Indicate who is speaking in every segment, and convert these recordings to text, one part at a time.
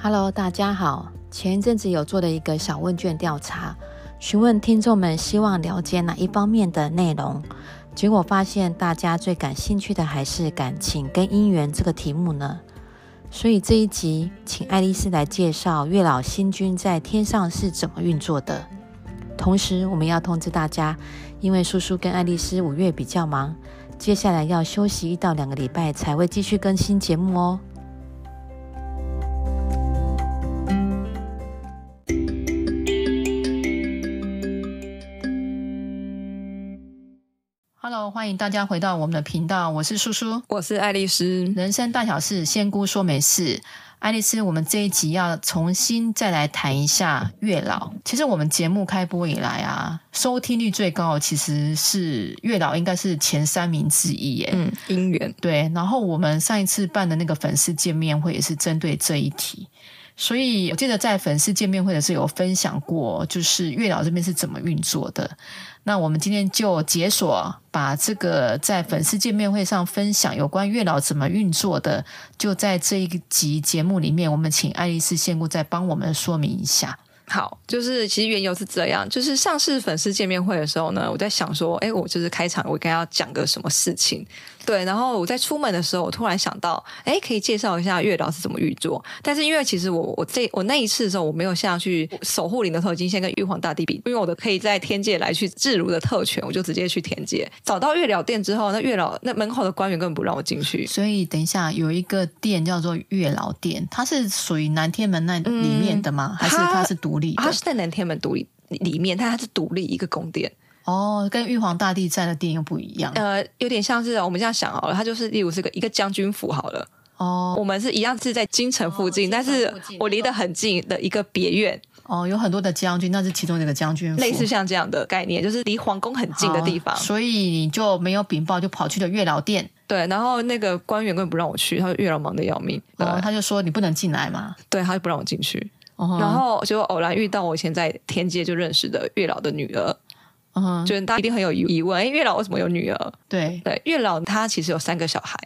Speaker 1: Hello，大家好。前一阵子有做了一个小问卷调查，询问听众们希望了解哪一方面的内容。结果发现大家最感兴趣的还是感情跟姻缘这个题目呢。所以这一集请爱丽丝来介绍月老星君在天上是怎么运作的。同时，我们要通知大家，因为叔叔跟爱丽丝五月比较忙，接下来要休息一到两个礼拜才会继续更新节目哦。Hello，欢迎大家回到我们的频道，我是叔叔。
Speaker 2: 我是爱丽丝。
Speaker 1: 人生大小事，仙姑说没事。爱丽丝，我们这一集要重新再来谈一下月老。其实我们节目开播以来啊，收听率最高的其实是月老，应该是前三名之一耶。
Speaker 2: 嗯，姻缘
Speaker 1: 对，然后我们上一次办的那个粉丝见面会也是针对这一题，所以我记得在粉丝见面会的时候有分享过，就是月老这边是怎么运作的。那我们今天就解锁，把这个在粉丝见面会上分享有关月老怎么运作的，就在这一集节目里面，我们请爱丽丝仙姑再帮我们说明一下。
Speaker 2: 好，就是其实缘由是这样，就是上次粉丝见面会的时候呢，我在想说，哎，我就是开场我应该要讲个什么事情，对，然后我在出门的时候，我突然想到，哎，可以介绍一下月老是怎么运作，但是因为其实我我这我那一次的时候，我没有下去守护灵的时候，已经先跟玉皇大帝比，因为我的可以在天界来去自如的特权，我就直接去天界，找到月老殿之后，那月老那门口的官员根本不让我进去，
Speaker 1: 所以等一下有一个店叫做月老店，它是属于南天门那里面的吗？还是它
Speaker 2: 嗯它
Speaker 1: 是独立的？
Speaker 2: 啊他是在南天门独立里面，但它是独立一个宫殿。
Speaker 1: 哦，跟玉皇大帝在的店又不一样。
Speaker 2: 呃，有点像是我们这样想好了，它就是例如是个一个将军府好了，
Speaker 1: 哦
Speaker 2: 我们是一样是在京城附近，
Speaker 1: 哦
Speaker 2: 但
Speaker 1: 京
Speaker 2: 是
Speaker 1: 城附近
Speaker 2: 我离得很近的一个别院，
Speaker 1: 哦，有很多的将军，那是其中的一个将军府，
Speaker 2: 类似像这样的概念，就是离皇宫很近的地方
Speaker 1: 嗯好。所以你就没有禀报，就跑去了月老店。
Speaker 2: 对，然后那个官员根本不让我去，他说月老忙得要命，对，
Speaker 1: 哦，他就说你不能进来嘛。
Speaker 2: 对他就不让我进去。
Speaker 1: 哦，
Speaker 2: 然后结果偶然遇到我以前在天界就认识的月老的女儿，
Speaker 1: 嗯哼，
Speaker 2: 觉得大家一定很有疑疑问，哎，月老为什么有女儿？
Speaker 1: 对，
Speaker 2: 对，月老他其实有三个小孩，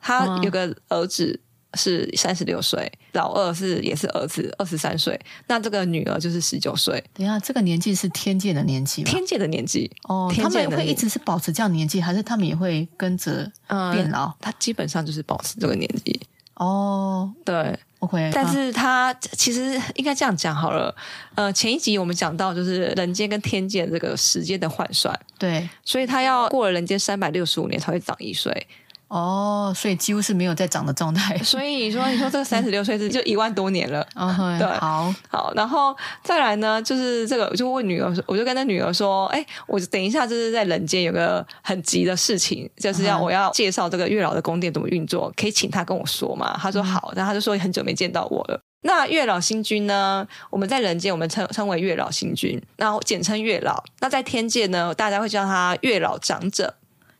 Speaker 2: 他有个儿子是三十六岁，老二是也是儿子二十三岁，那这个女儿就是十九岁，
Speaker 1: 等一下这个年纪是天界的年纪吗？
Speaker 2: 天界的年纪，
Speaker 1: 哦，
Speaker 2: 天
Speaker 1: 他
Speaker 2: 界的
Speaker 1: 们会一直是保持这样的年纪，还是他们也会跟着变
Speaker 2: 嗯，
Speaker 1: 老？
Speaker 2: 他基本上就是保持这个年纪。
Speaker 1: 哦
Speaker 2: 对，
Speaker 3: 嗯
Speaker 1: ，OK，
Speaker 2: 嗯但
Speaker 1: 啊
Speaker 2: 是他其实应该这样讲好了。呃，前一集我们讲到就是人间跟天界这个时间的换算，
Speaker 1: 对，
Speaker 2: 所以他要过了人间三百六十五年才会长一岁。
Speaker 1: 哦，所以几乎是没有在长的状 态。
Speaker 2: 所以你说，你说这个三十六岁是就一万多年了，
Speaker 1: 哦，嘿
Speaker 2: 对
Speaker 1: 好，
Speaker 2: 好，然后再来呢，就是这个，我就问女儿说，我就跟那女儿说，哎，我等一下就是在人间有个很急的事情，就是
Speaker 1: 嗯
Speaker 2: 要
Speaker 1: 哼
Speaker 2: 我要介绍这个月老的宫殿怎么运作，可以请她跟我说嘛？她
Speaker 1: 嗯
Speaker 2: 说好，然后她就说很久没见到我了。那月老星君呢？我们在人间我们称称为月老星君，然后简称月老。那在天界呢，大家会叫他月老长者，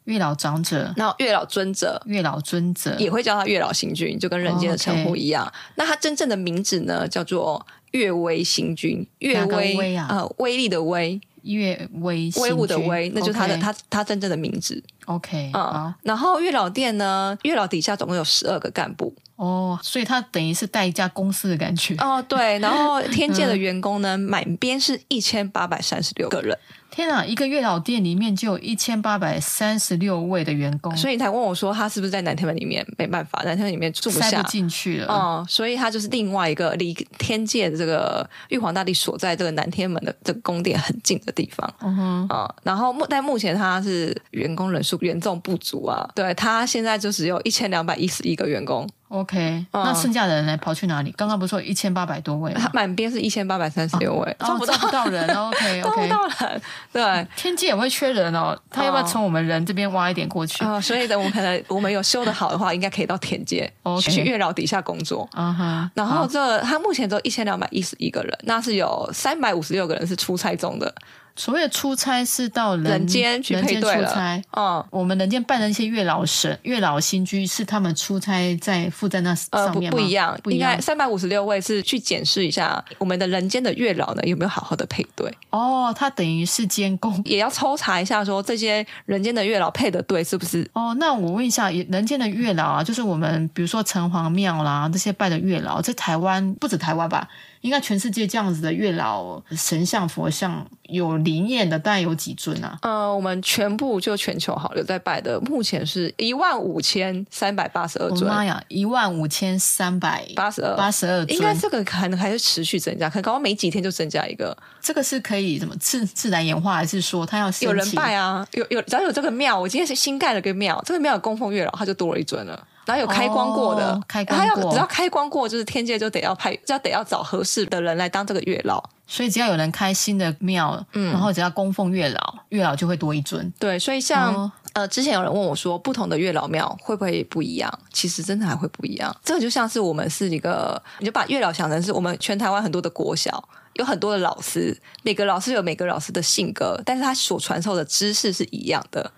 Speaker 1: 月老长者、
Speaker 2: 然后月老尊者，
Speaker 1: 月老尊者，
Speaker 2: 也会叫他月老星君，就跟人间的称
Speaker 1: 哦
Speaker 2: 呼一样。那他真正的名字呢，叫做岳威星君，岳
Speaker 1: 哪个
Speaker 2: 威
Speaker 1: 威啊
Speaker 2: 呃，威力的威，
Speaker 1: 月威星
Speaker 2: 威武的
Speaker 1: 君
Speaker 2: 威，那就是他的
Speaker 1: OK，
Speaker 2: 他他真正的名字
Speaker 1: OK，
Speaker 2: 啊
Speaker 1: 好、
Speaker 2: 然后月老殿呢，月老底下总共有十二个干部
Speaker 1: 哦，所以他等于是带一家公司的感觉。
Speaker 2: 哦，对。然后 天界
Speaker 1: 嗯
Speaker 2: 的员工呢，满编是一千八百三十六个人，
Speaker 1: 天啊，一个月老店里面就有一千八百三十六位的员工，
Speaker 2: 所以你才问我说他是不是在南天门里面？没办法，南天门里面住不
Speaker 1: 塞
Speaker 2: 下
Speaker 1: 不。进去了。
Speaker 2: 哦、所以他就是另外一个离天界的这个玉皇大帝所在这个南天门的这个宫殿很近的地方。
Speaker 1: 嗯哼，
Speaker 2: 啊、然后目但目前他是员工人数严重不足啊，对啊他现在就只有一千两百一十一个员工，
Speaker 1: OK，、
Speaker 2: 嗯
Speaker 1: 那剩下的人来跑去哪里？刚刚不是说一千八百多位
Speaker 2: 他
Speaker 1: 吗？
Speaker 2: 满编是一千八百三十六位，招
Speaker 1: 哦
Speaker 2: 不到
Speaker 1: 招不到人，OK
Speaker 2: 招
Speaker 1: OK，
Speaker 2: 不到人， 对啊、
Speaker 1: 天界也会缺人哦，他要不要
Speaker 2: 哦
Speaker 1: 从我们人这边挖一点过去？
Speaker 2: 所以呢，我们可能我们有修的好的话，应该可以到天界
Speaker 1: OK
Speaker 2: 去月老底下工作。
Speaker 1: 嗯哼，
Speaker 2: 然后
Speaker 1: 好
Speaker 2: 这他目前只有一千两百一十一个人，那是有三百五十六个人是出差中的，
Speaker 3: 所谓的出差是到人
Speaker 2: 人间去
Speaker 3: 人
Speaker 2: 配
Speaker 3: 间出
Speaker 2: 对
Speaker 3: 差
Speaker 2: 了。，嗯，
Speaker 3: 我们人间办的一些月老神、月老新居是他们出差在附在那
Speaker 2: 呃，
Speaker 3: 上
Speaker 2: 不
Speaker 3: 面吗？
Speaker 2: 不一样，
Speaker 3: 不一
Speaker 2: 应该
Speaker 3: 样
Speaker 2: 三百五十六位是去检视一下我们的人间的月老呢有没有好好的配对，
Speaker 3: 哦，他等于是监工
Speaker 2: 也要抽查一下说这些人间的月老配的对是不是
Speaker 3: 哦。那我问一下，也人间的月老啊，就是我们比如说城隍庙啦这些拜的月老，在台湾不止台湾吧，应该全世界这样子的月老神像、佛像有灵验的，大概有几尊啊？
Speaker 2: 呃，我们全部就全球好了，在拜的目前是一万五千三百八十二
Speaker 3: 我
Speaker 2: 尊，
Speaker 3: 妈呀，一万五千三百
Speaker 2: 八十
Speaker 3: 八
Speaker 2: 二。
Speaker 3: 十二尊，
Speaker 2: 应该这个可能还是持续增加，可能搞到没几天就增加一个。
Speaker 3: 这个是可以怎么自自然演化，还是说他要申
Speaker 2: 有人
Speaker 3: 请
Speaker 2: 拜啊，有有只要有这个庙，我今天是新盖了个庙，这个庙有供奉月老，它就多了一尊了。然后有开光过的，
Speaker 3: 哦开光
Speaker 2: 它
Speaker 3: 过
Speaker 2: 要只要开光过，就是天界就得要派，就要得要找合适的人来当这个月老。
Speaker 3: 所以只要有人开新的庙，然后只要供奉月老，月老就会多一尊。
Speaker 2: 对，所以像、
Speaker 3: 哦
Speaker 2: 呃，之前有人问我说，不同的月老庙会不会不一样？其实真的还会不一样。这个就像是我们是一个，你就把月老想成是我们全台湾很多的国小。有很多的老师，每个老师有每个老师的性格，但是他所传授的知识是一样的，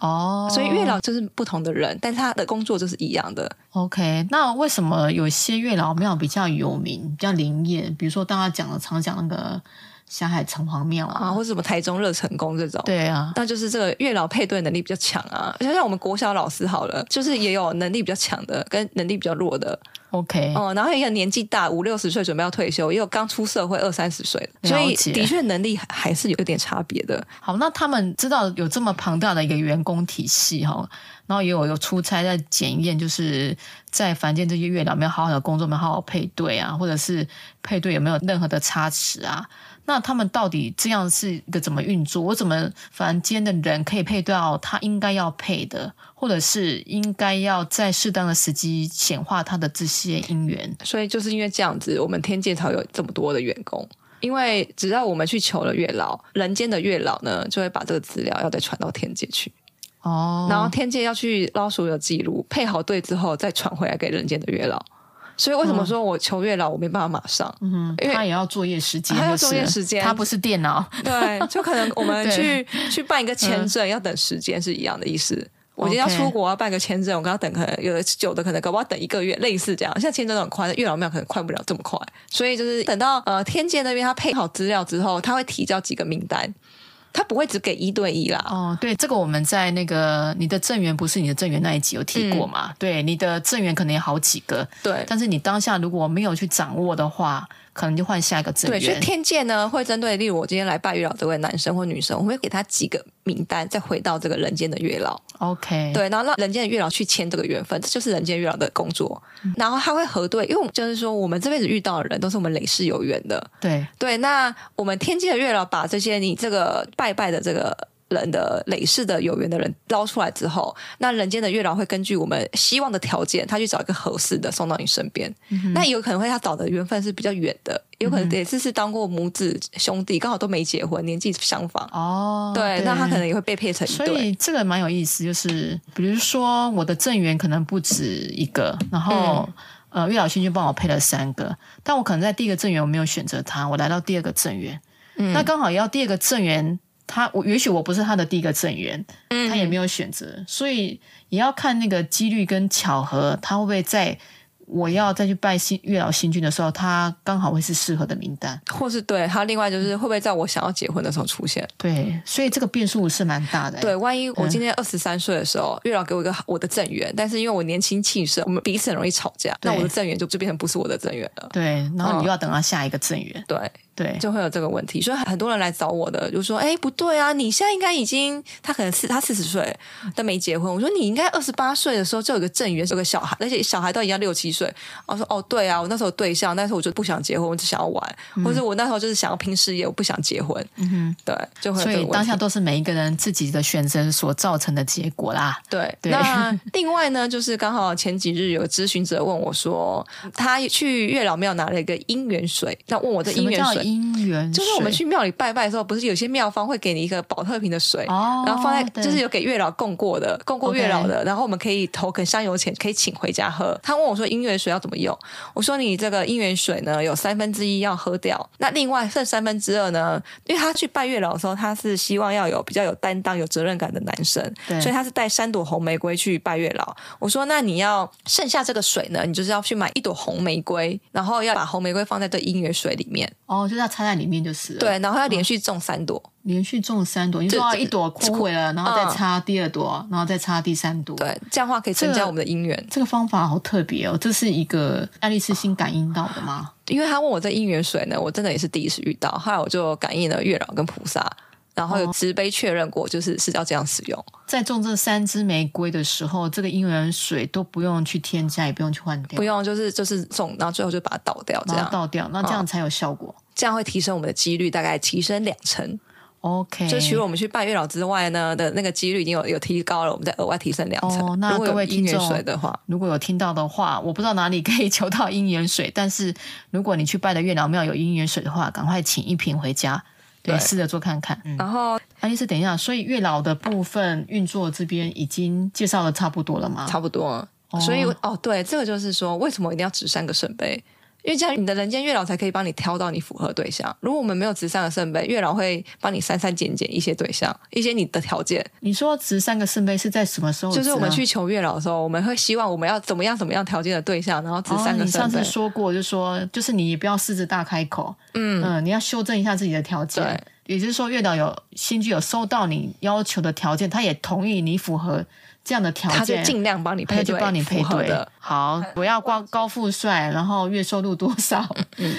Speaker 3: 哦，
Speaker 2: 所以月老就是不同的人，但是他的工作就是一样的。
Speaker 3: OK，那为什么有些月老庙比较有名、比较灵验？比如说大家讲的常讲那个霞海城隍庙啊，
Speaker 2: 啊，或者什么台中热成功这种。。
Speaker 3: 对啊，
Speaker 2: 那就是这个月老配对能力比较强啊，像像我们国小老师好了，就是也有能力比较强的，跟能力比较弱的
Speaker 3: OK，、
Speaker 2: 哦、然后也有年纪大五六十岁准备要退休，也有刚出社会二三十岁的，所以
Speaker 3: 了解
Speaker 2: 的确能力还还是有一点差别的。
Speaker 3: 好，那他们知道有这么庞大的一个员工体系哈，然后也有有出差在检验，就是在凡间这些月老有没有好好的工作，有没有好好配对啊，或者是配对有没有任何的差池啊？那他们到底这样是一个怎么运作？我怎么凡间的人可以配对到他应该要配的，或者是应该要在适当的时机显化他的这些姻缘？
Speaker 2: 所以就是因为这样子，我们天界才会有这么多的员工。因为只要我们去求了月老，人间的月老呢，就会把这个资料要再传到天界去，
Speaker 3: 哦，
Speaker 2: 然后天界要去捞所有记录，配好对之后再传回来给人间的月老。所以为什么说我求月老我没办法马上？
Speaker 3: 哦嗯，
Speaker 2: 因为
Speaker 3: 他也要作业时间就是
Speaker 2: 他
Speaker 3: 了，
Speaker 2: 要作业时间
Speaker 3: 他不是电脑。
Speaker 2: 对，就可能我们
Speaker 3: 对嗯
Speaker 2: 去去办一个签证，要等时间是一样的意思。我今天要
Speaker 3: OK
Speaker 2: 出国，要办个签证，我刚刚等可能有的久的可能搞不好等一个月，类似这样。现在签证都很快，月老庙可能快不了这么快，所以就是等到呃天界那边他配好资料之后，他会提交几个名单，他不会只给一对一啦。
Speaker 3: 哦，对，这个我们在那个你的正缘不是你的正缘那一集有提
Speaker 2: 嗯
Speaker 3: 过嘛？对，你的正缘可能有好几个，
Speaker 2: 对
Speaker 3: 但是你当下如果没有去掌握的话，可能就换下一个正
Speaker 2: 对，所以
Speaker 3: 缘。
Speaker 2: 天界呢会针对，例如我今天来拜月老这位男生或女生，我会给他几个名单，再回到这个人间的月老。
Speaker 3: OK，
Speaker 2: 对，然后让人间的月老去签这个缘分，这就是人间月老的工作。然后他会核对，因为我们就是说，我们这辈子遇到的人都是我们累世有缘的。
Speaker 3: 对
Speaker 2: 对，那我们天界的月老把这些你这个拜拜的这个人的累世的有缘的人捞出来之后，那人间的月老会根据我们希望的条件，他去找一个合适的送到你身边。
Speaker 3: 嗯
Speaker 2: 那有可能会他找的缘分是比较远的，有可能也是是当过母子兄弟，刚好都没结婚，年纪相仿。
Speaker 3: 哦，
Speaker 2: 对，那他可能也会被配成一
Speaker 3: 所
Speaker 2: 对。
Speaker 3: 以这个蛮有意思，就是比如说我的正缘可能不止一个，然后、
Speaker 2: 嗯
Speaker 3: 呃月老星就帮我配了三个，但我可能在第一个正缘我没有选择他，我来到第二个正缘，
Speaker 2: 嗯
Speaker 3: 那刚好要第二个正缘。他我也许我不是他的第一个正缘，他
Speaker 2: 嗯
Speaker 3: 也没有选择，所以也要看那个几率跟巧合，他会不会在我要再去拜新月老新君的时候，他刚好会是适合的名单。
Speaker 2: 或是对，还有另外就是会不会在我想要结婚的时候出现？
Speaker 3: 对，所以这个变数是蛮大的、欸。
Speaker 2: 对，万一我今天二十三岁的时候，月老给我一个我的正缘，但是因为我年轻气盛，我们彼此很容易吵架，
Speaker 3: 对
Speaker 2: 那我的正缘就就变成不是我的正缘了。
Speaker 3: 对，然后你又要等到下一个正缘。
Speaker 2: 对，
Speaker 3: 对，
Speaker 2: 就会有这个问题，所以很多人来找我的，就说：“哎，不对啊，你现在应该已经他可能是他四十岁，但没结婚。”我说：“你应该二十八岁的时候就有个正缘，有个小孩，而且小孩都已经六七岁。”我说：“哦，对啊，我那时候有对象，但是我就不想结婚，我只想要玩，
Speaker 3: 嗯
Speaker 2: 或者我那时候就是想要拼事业，我不想结婚。”嗯哼，对，就会有
Speaker 3: 所
Speaker 2: 这个
Speaker 3: 以
Speaker 2: 问
Speaker 3: 当
Speaker 2: 题
Speaker 3: 下都是每一个人自己的选择所造成的结果啦。
Speaker 2: 对，
Speaker 3: 对
Speaker 2: 那另外呢，就是刚好前几日有个咨询者问我说，他去月老庙拿了一个姻缘水，那问我这
Speaker 3: 什
Speaker 2: 姻
Speaker 3: 么
Speaker 2: 缘
Speaker 3: 叫
Speaker 2: 水水。
Speaker 3: 姻缘
Speaker 2: 就是我们去庙里拜拜的时候，不是有些庙方会给你一个保特瓶的水，
Speaker 3: 哦，
Speaker 2: 然后放在
Speaker 3: 对
Speaker 2: 就是有给月老供过的，供过月老的，然后我们可以投肯香油钱，可以请回家喝。他问我说姻缘水要怎么用，我说你这个姻缘水呢有三分之一要喝掉，那另外剩三分之二呢，因为他去拜月老的时候，他是希望要有比较有担当、有责任感的男生，
Speaker 3: 对
Speaker 2: 所以他是带三朵红玫瑰去拜月老。我说那你要剩下这个水呢，你就是要去买一朵红玫瑰，然后要把红玫瑰放在这姻缘水里面，
Speaker 3: 哦，就是要插在里面就是了，
Speaker 2: 对，然后要连续种三朵。
Speaker 3: 连续种三朵，你
Speaker 2: 这
Speaker 3: 说要
Speaker 2: 这嗯
Speaker 3: 一朵枯萎了，然后再插第二朵，然后再插第三朵，
Speaker 2: 对，这样的话可以增
Speaker 3: 这
Speaker 2: 加
Speaker 3: 个
Speaker 2: 我们的姻缘。
Speaker 3: 这个方法好特别哦，这是一个爱丽丝新感应到的吗？
Speaker 2: 因为他问我这姻缘水呢，我真的也是第一次遇到，后来我就感应了月老跟菩萨，然后
Speaker 3: 哦
Speaker 2: 有慈悲确认过，就是是要这样使用，
Speaker 3: 在种这三支玫瑰的时候，这个姻缘水都不用去添加，也不用去换掉，
Speaker 2: 不用就是就是种，然后最后就把它倒掉，这样
Speaker 3: 然后嗯
Speaker 2: 啊
Speaker 3: 倒掉，那这样才有效果。
Speaker 2: 这样会提升我们的几率，大概提升两成。
Speaker 3: OK，
Speaker 2: 就除了我们去拜月老之外呢的那个几率已经有有提高了，我们再额外提升两成。
Speaker 3: 哦那
Speaker 2: 如果有
Speaker 3: 各位
Speaker 2: 姻
Speaker 3: 听
Speaker 2: 缘
Speaker 3: 众
Speaker 2: 水的话，
Speaker 3: 如果有听到的话，我不知道哪里可以求到姻缘水，但是如果你去拜的月老庙有姻缘水的话，赶快请一瓶回家，对，
Speaker 2: 对
Speaker 3: 试着做看看。嗯，
Speaker 2: 然后
Speaker 3: 爱丽丝，等一下，所以月老的部分运作这边已经介绍的差不多了吗？
Speaker 2: 差不多。所以哦，对，这个就是说，为什么一定要值三个圣杯？因为这样你的人间月老才可以帮你挑到你符合的对象。如果我们没有值三个圣杯，月老会帮你删删减减一些对象，一些你的条件。
Speaker 3: 你说值三个圣杯是在什么时候值啊？
Speaker 2: 就是我们去求月老的时候，我们会希望我们要怎么样怎么样条件的对象，然后值三
Speaker 3: 哦、
Speaker 2: 个
Speaker 3: 你上
Speaker 2: 圣杯。
Speaker 3: 次说过，就说就是你也不要狮子大开口，嗯、你要修正一下自己的条件。也就是说，月老有新居有收到你要求的条件，他也同意你符合这样的条件，
Speaker 2: 他就尽量帮你
Speaker 3: 他
Speaker 2: 配
Speaker 3: 就
Speaker 2: 对，
Speaker 3: 帮你配
Speaker 2: 符合
Speaker 3: 对
Speaker 2: 的。嗯
Speaker 3: 好，我要高高富帅，然后月收入多少，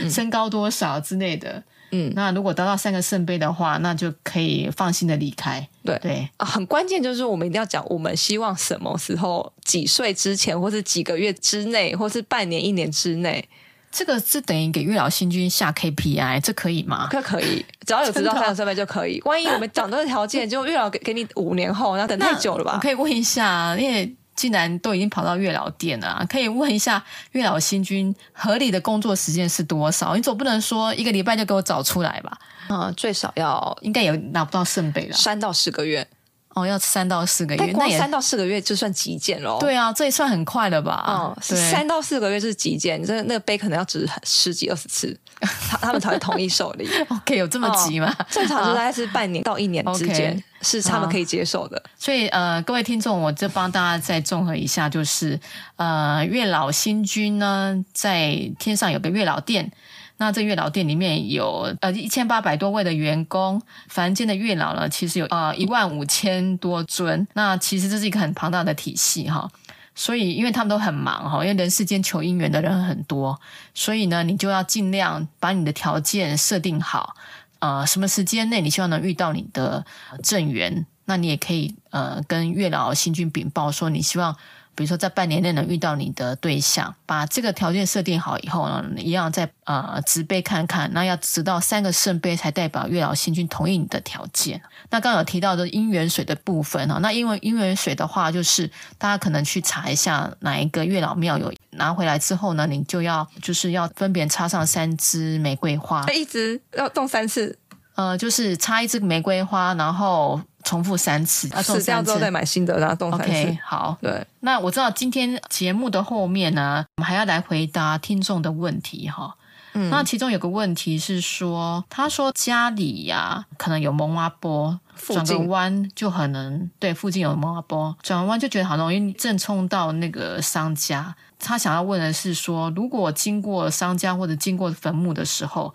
Speaker 3: 身高多少之类的。
Speaker 2: 嗯
Speaker 3: 那如果得到三个圣杯的话，那就可以放心的离开。
Speaker 2: 对
Speaker 3: 对，
Speaker 2: 啊很关键就是我们一定要讲，我们希望什么时候、几岁之前，或是几个月之内，或是半年、一年之内，
Speaker 3: 这个是等于给月老星君下 KPI，这可以吗？
Speaker 2: 可可以，只要有
Speaker 3: 哦
Speaker 2: 知道三个身份就可以。万一我们讲这个条 件，就月老给给你五年后，那等太久了
Speaker 3: 我
Speaker 2: 吧？
Speaker 3: 可以问一下，因为既然都已经跑到月老店了啊，可以问一下月老星君合理的工作时间是多少？你总不能说一个礼拜就给我找出来吧？
Speaker 2: 嗯，最少要
Speaker 3: 应该也拿不到圣杯了。
Speaker 2: 三到四个月，
Speaker 3: 哦，要三到四个
Speaker 2: 但
Speaker 3: 月，那
Speaker 2: 光
Speaker 3: 也
Speaker 2: 三到四个月就算极简喽。。
Speaker 3: 对啊，这也算很快了吧
Speaker 2: 哦，？是
Speaker 3: 对
Speaker 2: 三到四个月是极简，这那个杯可能要值十几二十次，他他们才会同意受 理。
Speaker 3: ，OK，有这哦么
Speaker 2: 哦
Speaker 3: 急吗？
Speaker 2: 正常就大概是半年到一年之间
Speaker 3: 啊 OK， 啊
Speaker 2: 是他们可以接受的。
Speaker 3: 所以呃，各位听众，我这帮大家再综合一下，就是呃，月老星君呢，在天上有个月老殿。那这月老殿里面有呃一千八百多位的员工，凡间的月老呢，其实有呃一万五千多尊。那其实这是一个很庞大的体系哈，所以因为他们都很忙哈，因为人世间求姻缘的人很多，所以呢，你就要尽量把你的条件设定好，呃，什么时间内你希望能遇到你的呃正缘，那你也可以呃跟月老星君禀报说，你希望比如说在半年内能遇到你的对象，把这个条件设定好以后呢，一样再呃直杯看看，那要直到三个圣杯才代表月老星君同意你的条件。那刚刚有提到的姻缘水的部分啊哈，那因为姻缘水的话，就是大家可能去查一下哪一个月老庙有拿回来之后呢，你就要就是要分别插上三支玫瑰花
Speaker 2: 那，一直要动三次，
Speaker 3: 呃，就是插一支玫瑰花，然后重复三次，要种
Speaker 2: 啊死掉
Speaker 3: 三
Speaker 2: 之
Speaker 3: 次
Speaker 2: 后。再买新的，然后动三次。
Speaker 3: OK，好。
Speaker 2: 对，
Speaker 3: 那我知道今天节目的后面呢，我们还要来回答听众的问题哈。嗯，那其中有个问题是说，他说家里呀、可能有蒙阿波，
Speaker 2: 附
Speaker 3: 转
Speaker 2: 近
Speaker 3: 个弯就很能对附近有蒙阿波，转个弯就觉得好容易正冲到那个商家。他想要问的是说，如果经过商家或者经过坟墓的时候，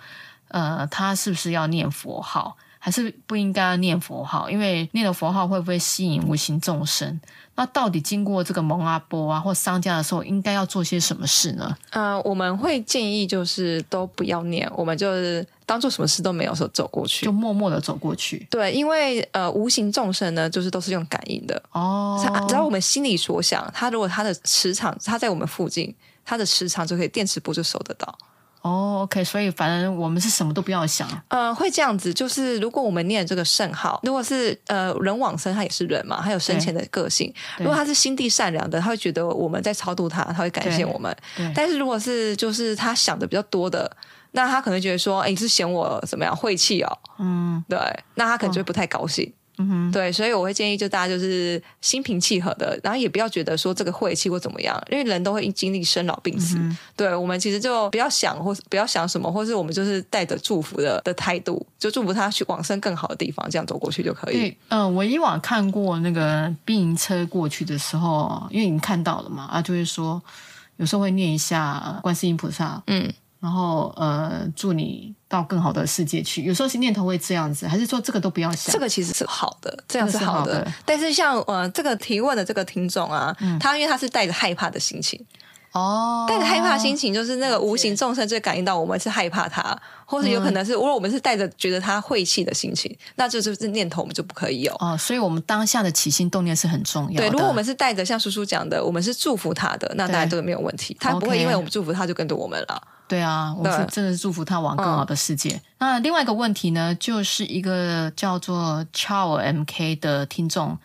Speaker 3: 呃，他是不是要念佛号，还是不应该要念佛号？因为念了佛号会不会吸引无形众生？那到底经过这个蒙阿波啊或商家的时候，应该要做些什么事呢？
Speaker 2: 呃，我们会建议就是都不要念，我们就是当做什么事都没有，说走过去
Speaker 3: 就。默默的走过去
Speaker 2: 对，因为呃，无形众生呢，就是都是用感应的。
Speaker 3: 哦
Speaker 2: 它只要我们心里所想，它如果它的磁场，它在我们附近，它的磁场就可以电磁波就收得到。
Speaker 3: 哦，OK，所以反正我们是什么都不要想，
Speaker 2: 呃，会这样子，就是如果我们念这个圣号，如果是呃人往生，他也是人嘛，他有生前的个性。
Speaker 3: 对
Speaker 2: 如果他是心地善良的，他会觉得我们在超度他，他会感谢我们
Speaker 3: 对对。
Speaker 2: 但是如果是就是他想的比较多的，那他可能觉得说，哎，你是嫌我怎么样晦气哦？
Speaker 3: 嗯
Speaker 2: 对，那他可能就会不太高兴。
Speaker 3: 嗯哼，
Speaker 2: 对，所以我会建议，就大家就是心平气和的，然后也不要觉得说这个晦气或怎么样，因为人都会经历生老病死。
Speaker 3: 嗯
Speaker 2: 对我们其实就不要想，或是不要想什么，或是我们就是带着祝福的的态度，就祝福他去往生更好的地方，这样走过去就可以。
Speaker 3: 对，呃，我以往看过那个兵营车过去的时候，因为已经看到了嘛，啊，就会说有时候会念一下呃观世音菩萨，
Speaker 2: 嗯，
Speaker 3: 然后呃，祝你到更好的世界去。有时候是念头会这样子，还是说这个都不要想？
Speaker 2: 这个其实是好的，这样
Speaker 3: 这
Speaker 2: 是
Speaker 3: 个是
Speaker 2: 好
Speaker 3: 好
Speaker 2: 的。
Speaker 3: 的嗯
Speaker 2: 但是像呃这个提问的这个听众啊，他因为他是带着害怕的心情，
Speaker 3: 哦，
Speaker 2: 带着害怕的心情，就是那个无形众生就感应到我们是害怕他，或者有可能是，如果我们是带着觉得他晦气的心情，那这就是念头我们就不可以有。
Speaker 3: 哦，所以我们当下的起心动念是很重要
Speaker 2: 对，
Speaker 3: 的。
Speaker 2: 如果我们是带着像叔叔讲的，我们是祝福他的，那当然
Speaker 3: 对
Speaker 2: 这个没有问题，他不会
Speaker 3: OK
Speaker 2: 因为我们祝福他就跟着我们了。
Speaker 3: 对啊，我们
Speaker 2: 对
Speaker 3: 是真的是祝福他往更好的世界。那另外一个问题呢，就是一个叫做 Chow M K 的听众，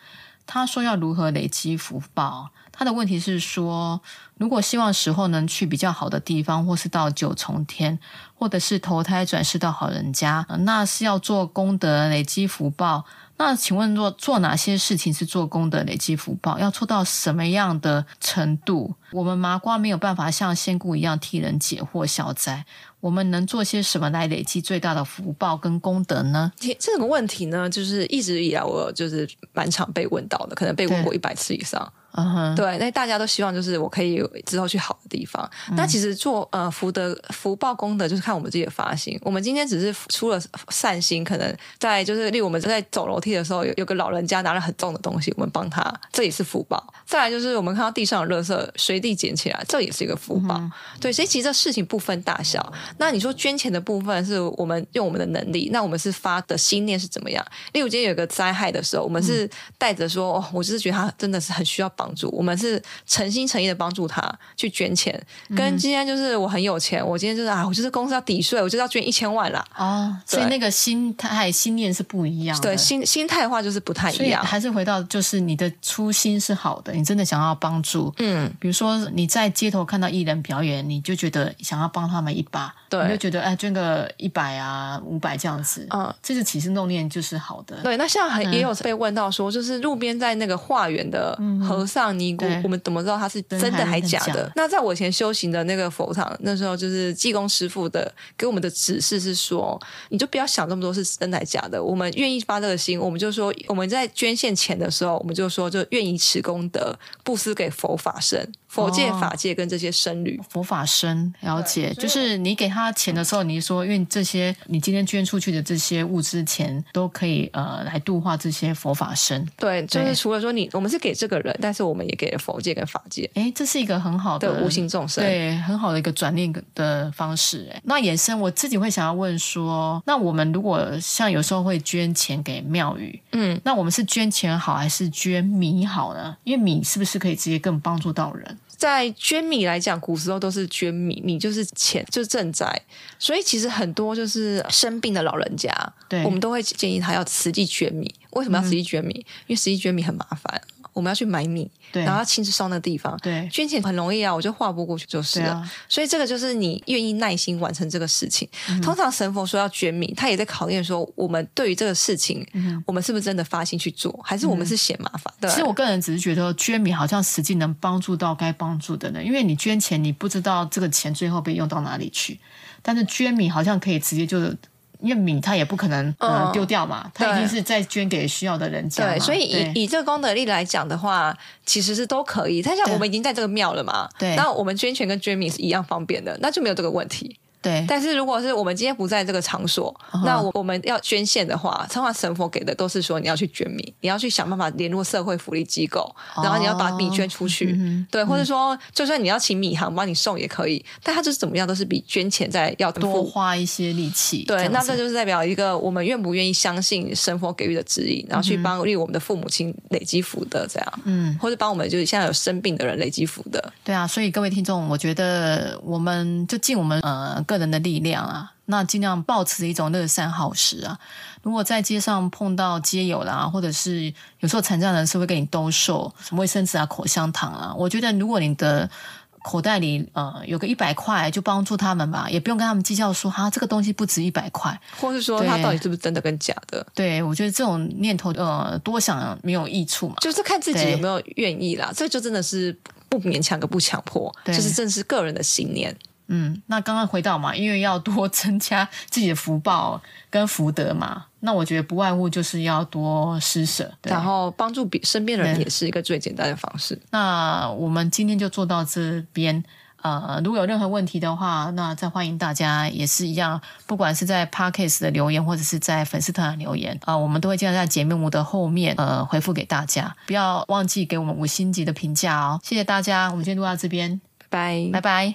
Speaker 3: 他说要如何累积福报？他的问题是说，如果希望死后能去比较好的地方，或是到九重天，或者是投胎转世到好人家，呃那是要做功德累积福报。那请问做做哪些事情是做功德累积福报？要做到什么样的程度？我们麻瓜没有办法像仙姑一样替人解惑消灾，我们能做些什么来累积最大的福报跟功德呢？
Speaker 2: 其这个问题呢，就是一直以来我就是蛮常被问到的，可能被问
Speaker 3: 对
Speaker 2: 过一百次以上。
Speaker 3: 嗯哼，
Speaker 2: 对，那大家都希望就是我可以之后去好的地方。那其实做呃福德福报功德，就是看我们自己的发心。我们今天只是出了善心，可能在就是例如我们在走楼梯的时候，有有个老人家拿了很重的东西，我们帮他，这也是福报。再来就是我们看到地上有垃圾，随地捡起来，这也是一个福报。对，所以其实这事情不分大小。那你说捐钱的部分是我们用我们的能力，那我们是发的心念是怎么样？例如今天有个灾害的时候，我们
Speaker 3: 嗯
Speaker 2: 是带着说，哦，我就是觉得他真的是很需要帮助，我们是诚心诚意的帮助他去捐钱。
Speaker 3: 嗯
Speaker 2: 跟今天就是我很有钱，我今天就是啊，我就是公司要抵税，我就是要捐一千万啦。
Speaker 3: 哦，所以
Speaker 2: 对
Speaker 3: 那个心态、心念是不一样的。
Speaker 2: 对，心心态的话就是不太
Speaker 3: 所
Speaker 2: 一
Speaker 3: 以
Speaker 2: 样。
Speaker 3: 还是回到，就是你的初心是好的，你真的想要帮助。
Speaker 2: 嗯，
Speaker 3: 比如说你在街头看到艺人表演，你就觉得想要帮他们一把，
Speaker 2: 对
Speaker 3: 你就觉哦得哎捐个一百啊、五百这样子，
Speaker 2: 嗯
Speaker 3: 这个起心动念就是好的。
Speaker 2: 对，那像很也有被问到说，就是路边在那个化缘的和尚尼姑
Speaker 3: 嗯对，
Speaker 2: 我们怎么知道他是真的还假
Speaker 3: 真的还是
Speaker 2: 的
Speaker 3: 假？
Speaker 2: 那在我以前修行的那个佛堂，那时候就是济公师傅的给我们的指示是说，你就不要想这么多是真的还假的。我们愿意发这个心，我们就说我们在捐献钱的时候，我们就说就愿意持功德，布施给佛法僧、佛界、
Speaker 3: 哦
Speaker 2: 法界跟这些僧侣。
Speaker 3: 佛法僧了解，就是你给他钱的时候，你说因为这些你今天捐出去的这些物资钱都可以呃来度化这些佛法僧。
Speaker 2: 对，就
Speaker 3: 对
Speaker 2: 是除了说你我们是给这个人，但是我们也给了佛界跟法界
Speaker 3: 诶，这是一个很好
Speaker 2: 的
Speaker 3: 的
Speaker 2: 无形众生。
Speaker 3: 对，很好的一个转念的方式。哎，那延伸我自己会想要问说，那我们如果像有时候会捐钱给庙宇，
Speaker 2: 嗯，
Speaker 3: 那我们是捐钱好还是捐米好呢？因为米是不是可以直接更帮助到人？
Speaker 2: 在捐米来讲，古时候都是捐米，米就是钱，就是赈灾。所以其实很多就是生病的老人家，
Speaker 3: 对
Speaker 2: 我们都会建议他要实际捐米。为什么要实际捐米？因为实际捐米很麻烦，我们要去买米，
Speaker 3: 嗯对
Speaker 2: 然后要亲自烧那个地方。
Speaker 3: 对
Speaker 2: 捐钱很容易啊，我就划拨过去就是
Speaker 3: 对
Speaker 2: 了。
Speaker 3: 啊
Speaker 2: 所以这个就是你愿意耐心完成这个事情。
Speaker 3: 嗯
Speaker 2: 通常神佛说要捐米，他也在考验说我们对于这个事情，我们是不是真的发心去做，还是我们是嫌麻烦？对，
Speaker 3: 嗯其实我个人只是觉得捐米好像实际能帮助到该帮助的人，因为你捐钱，你不知道这个钱最后被用到哪里去，但是捐米好像可以直接就。因为米它也不可能呃
Speaker 2: 嗯
Speaker 3: 丢掉嘛，它一
Speaker 2: 对
Speaker 3: 定是再捐给需要的人家嘛。
Speaker 2: 对，所以以以这个功德力来讲的话，其实是都可以。但像
Speaker 3: 对
Speaker 2: 我们已经在这个庙了嘛，
Speaker 3: 对
Speaker 2: 那我们捐钱跟捐米是一样方便的，那就没有这个问题。
Speaker 3: 对嗯
Speaker 2: 但是如果是我们今天不在这个场所，那我我们要捐献的话，通常神佛给的都是说你要去捐米，你要去想办法联络社会福利机构，然后你要把米捐
Speaker 3: 哦
Speaker 2: 出去，
Speaker 3: 嗯
Speaker 2: 对，或者说就算你要请米行帮你送也可以，但他就是怎么样都是比捐钱在要
Speaker 3: 多
Speaker 2: 付
Speaker 3: 花一些力气。
Speaker 2: 对，
Speaker 3: 样
Speaker 2: 那
Speaker 3: 子
Speaker 2: 这就是代表一个我们愿不愿意相信神佛给予的指引，然后去帮为我们的父母亲累积福德，这样，嗯，或者帮我们就是现在有生病的人累积福德，
Speaker 3: 对啊，所以各位听众，我觉得我们就尽我们呃个人的力量啊，那尽量保持一种乐善好施啊。如果在街上碰到街友啦，或者是有时候残障人士会给你兜售什么卫生纸啊、口香糖啊，我觉得如果你的口袋里呃有个一百块，就帮助他们吧，也不用跟他们计较说哈这个东西不值一百块。
Speaker 2: 或是说它
Speaker 3: 对
Speaker 2: 到底是不是真的跟假的，
Speaker 3: 对我觉得这种念头呃多想没有益处嘛。
Speaker 2: 就是看自己
Speaker 3: 对
Speaker 2: 有没有愿意啦。这就真的是不勉强跟不强迫，
Speaker 3: 对
Speaker 2: 就是正是个人的信念。
Speaker 3: 嗯，那刚刚回到嘛，因为要多增加自己的福报跟福德嘛，那我觉得不外乎就是要多施舍。对
Speaker 2: 然后帮助比身边的人
Speaker 3: 对
Speaker 2: 也是一个最简单的方式。
Speaker 3: 那我们今天就做到这边。呃，如果有任何问题的话，那再欢迎大家也是一样，不管是在 podcast 的留言，或者是在粉丝团的留言，啊，我们都会尽量在节目的后面呃回复给大家。不要忘记给我们五星级的评价哦，谢谢大家，我们今天录到这边，
Speaker 2: 拜拜
Speaker 3: 拜拜。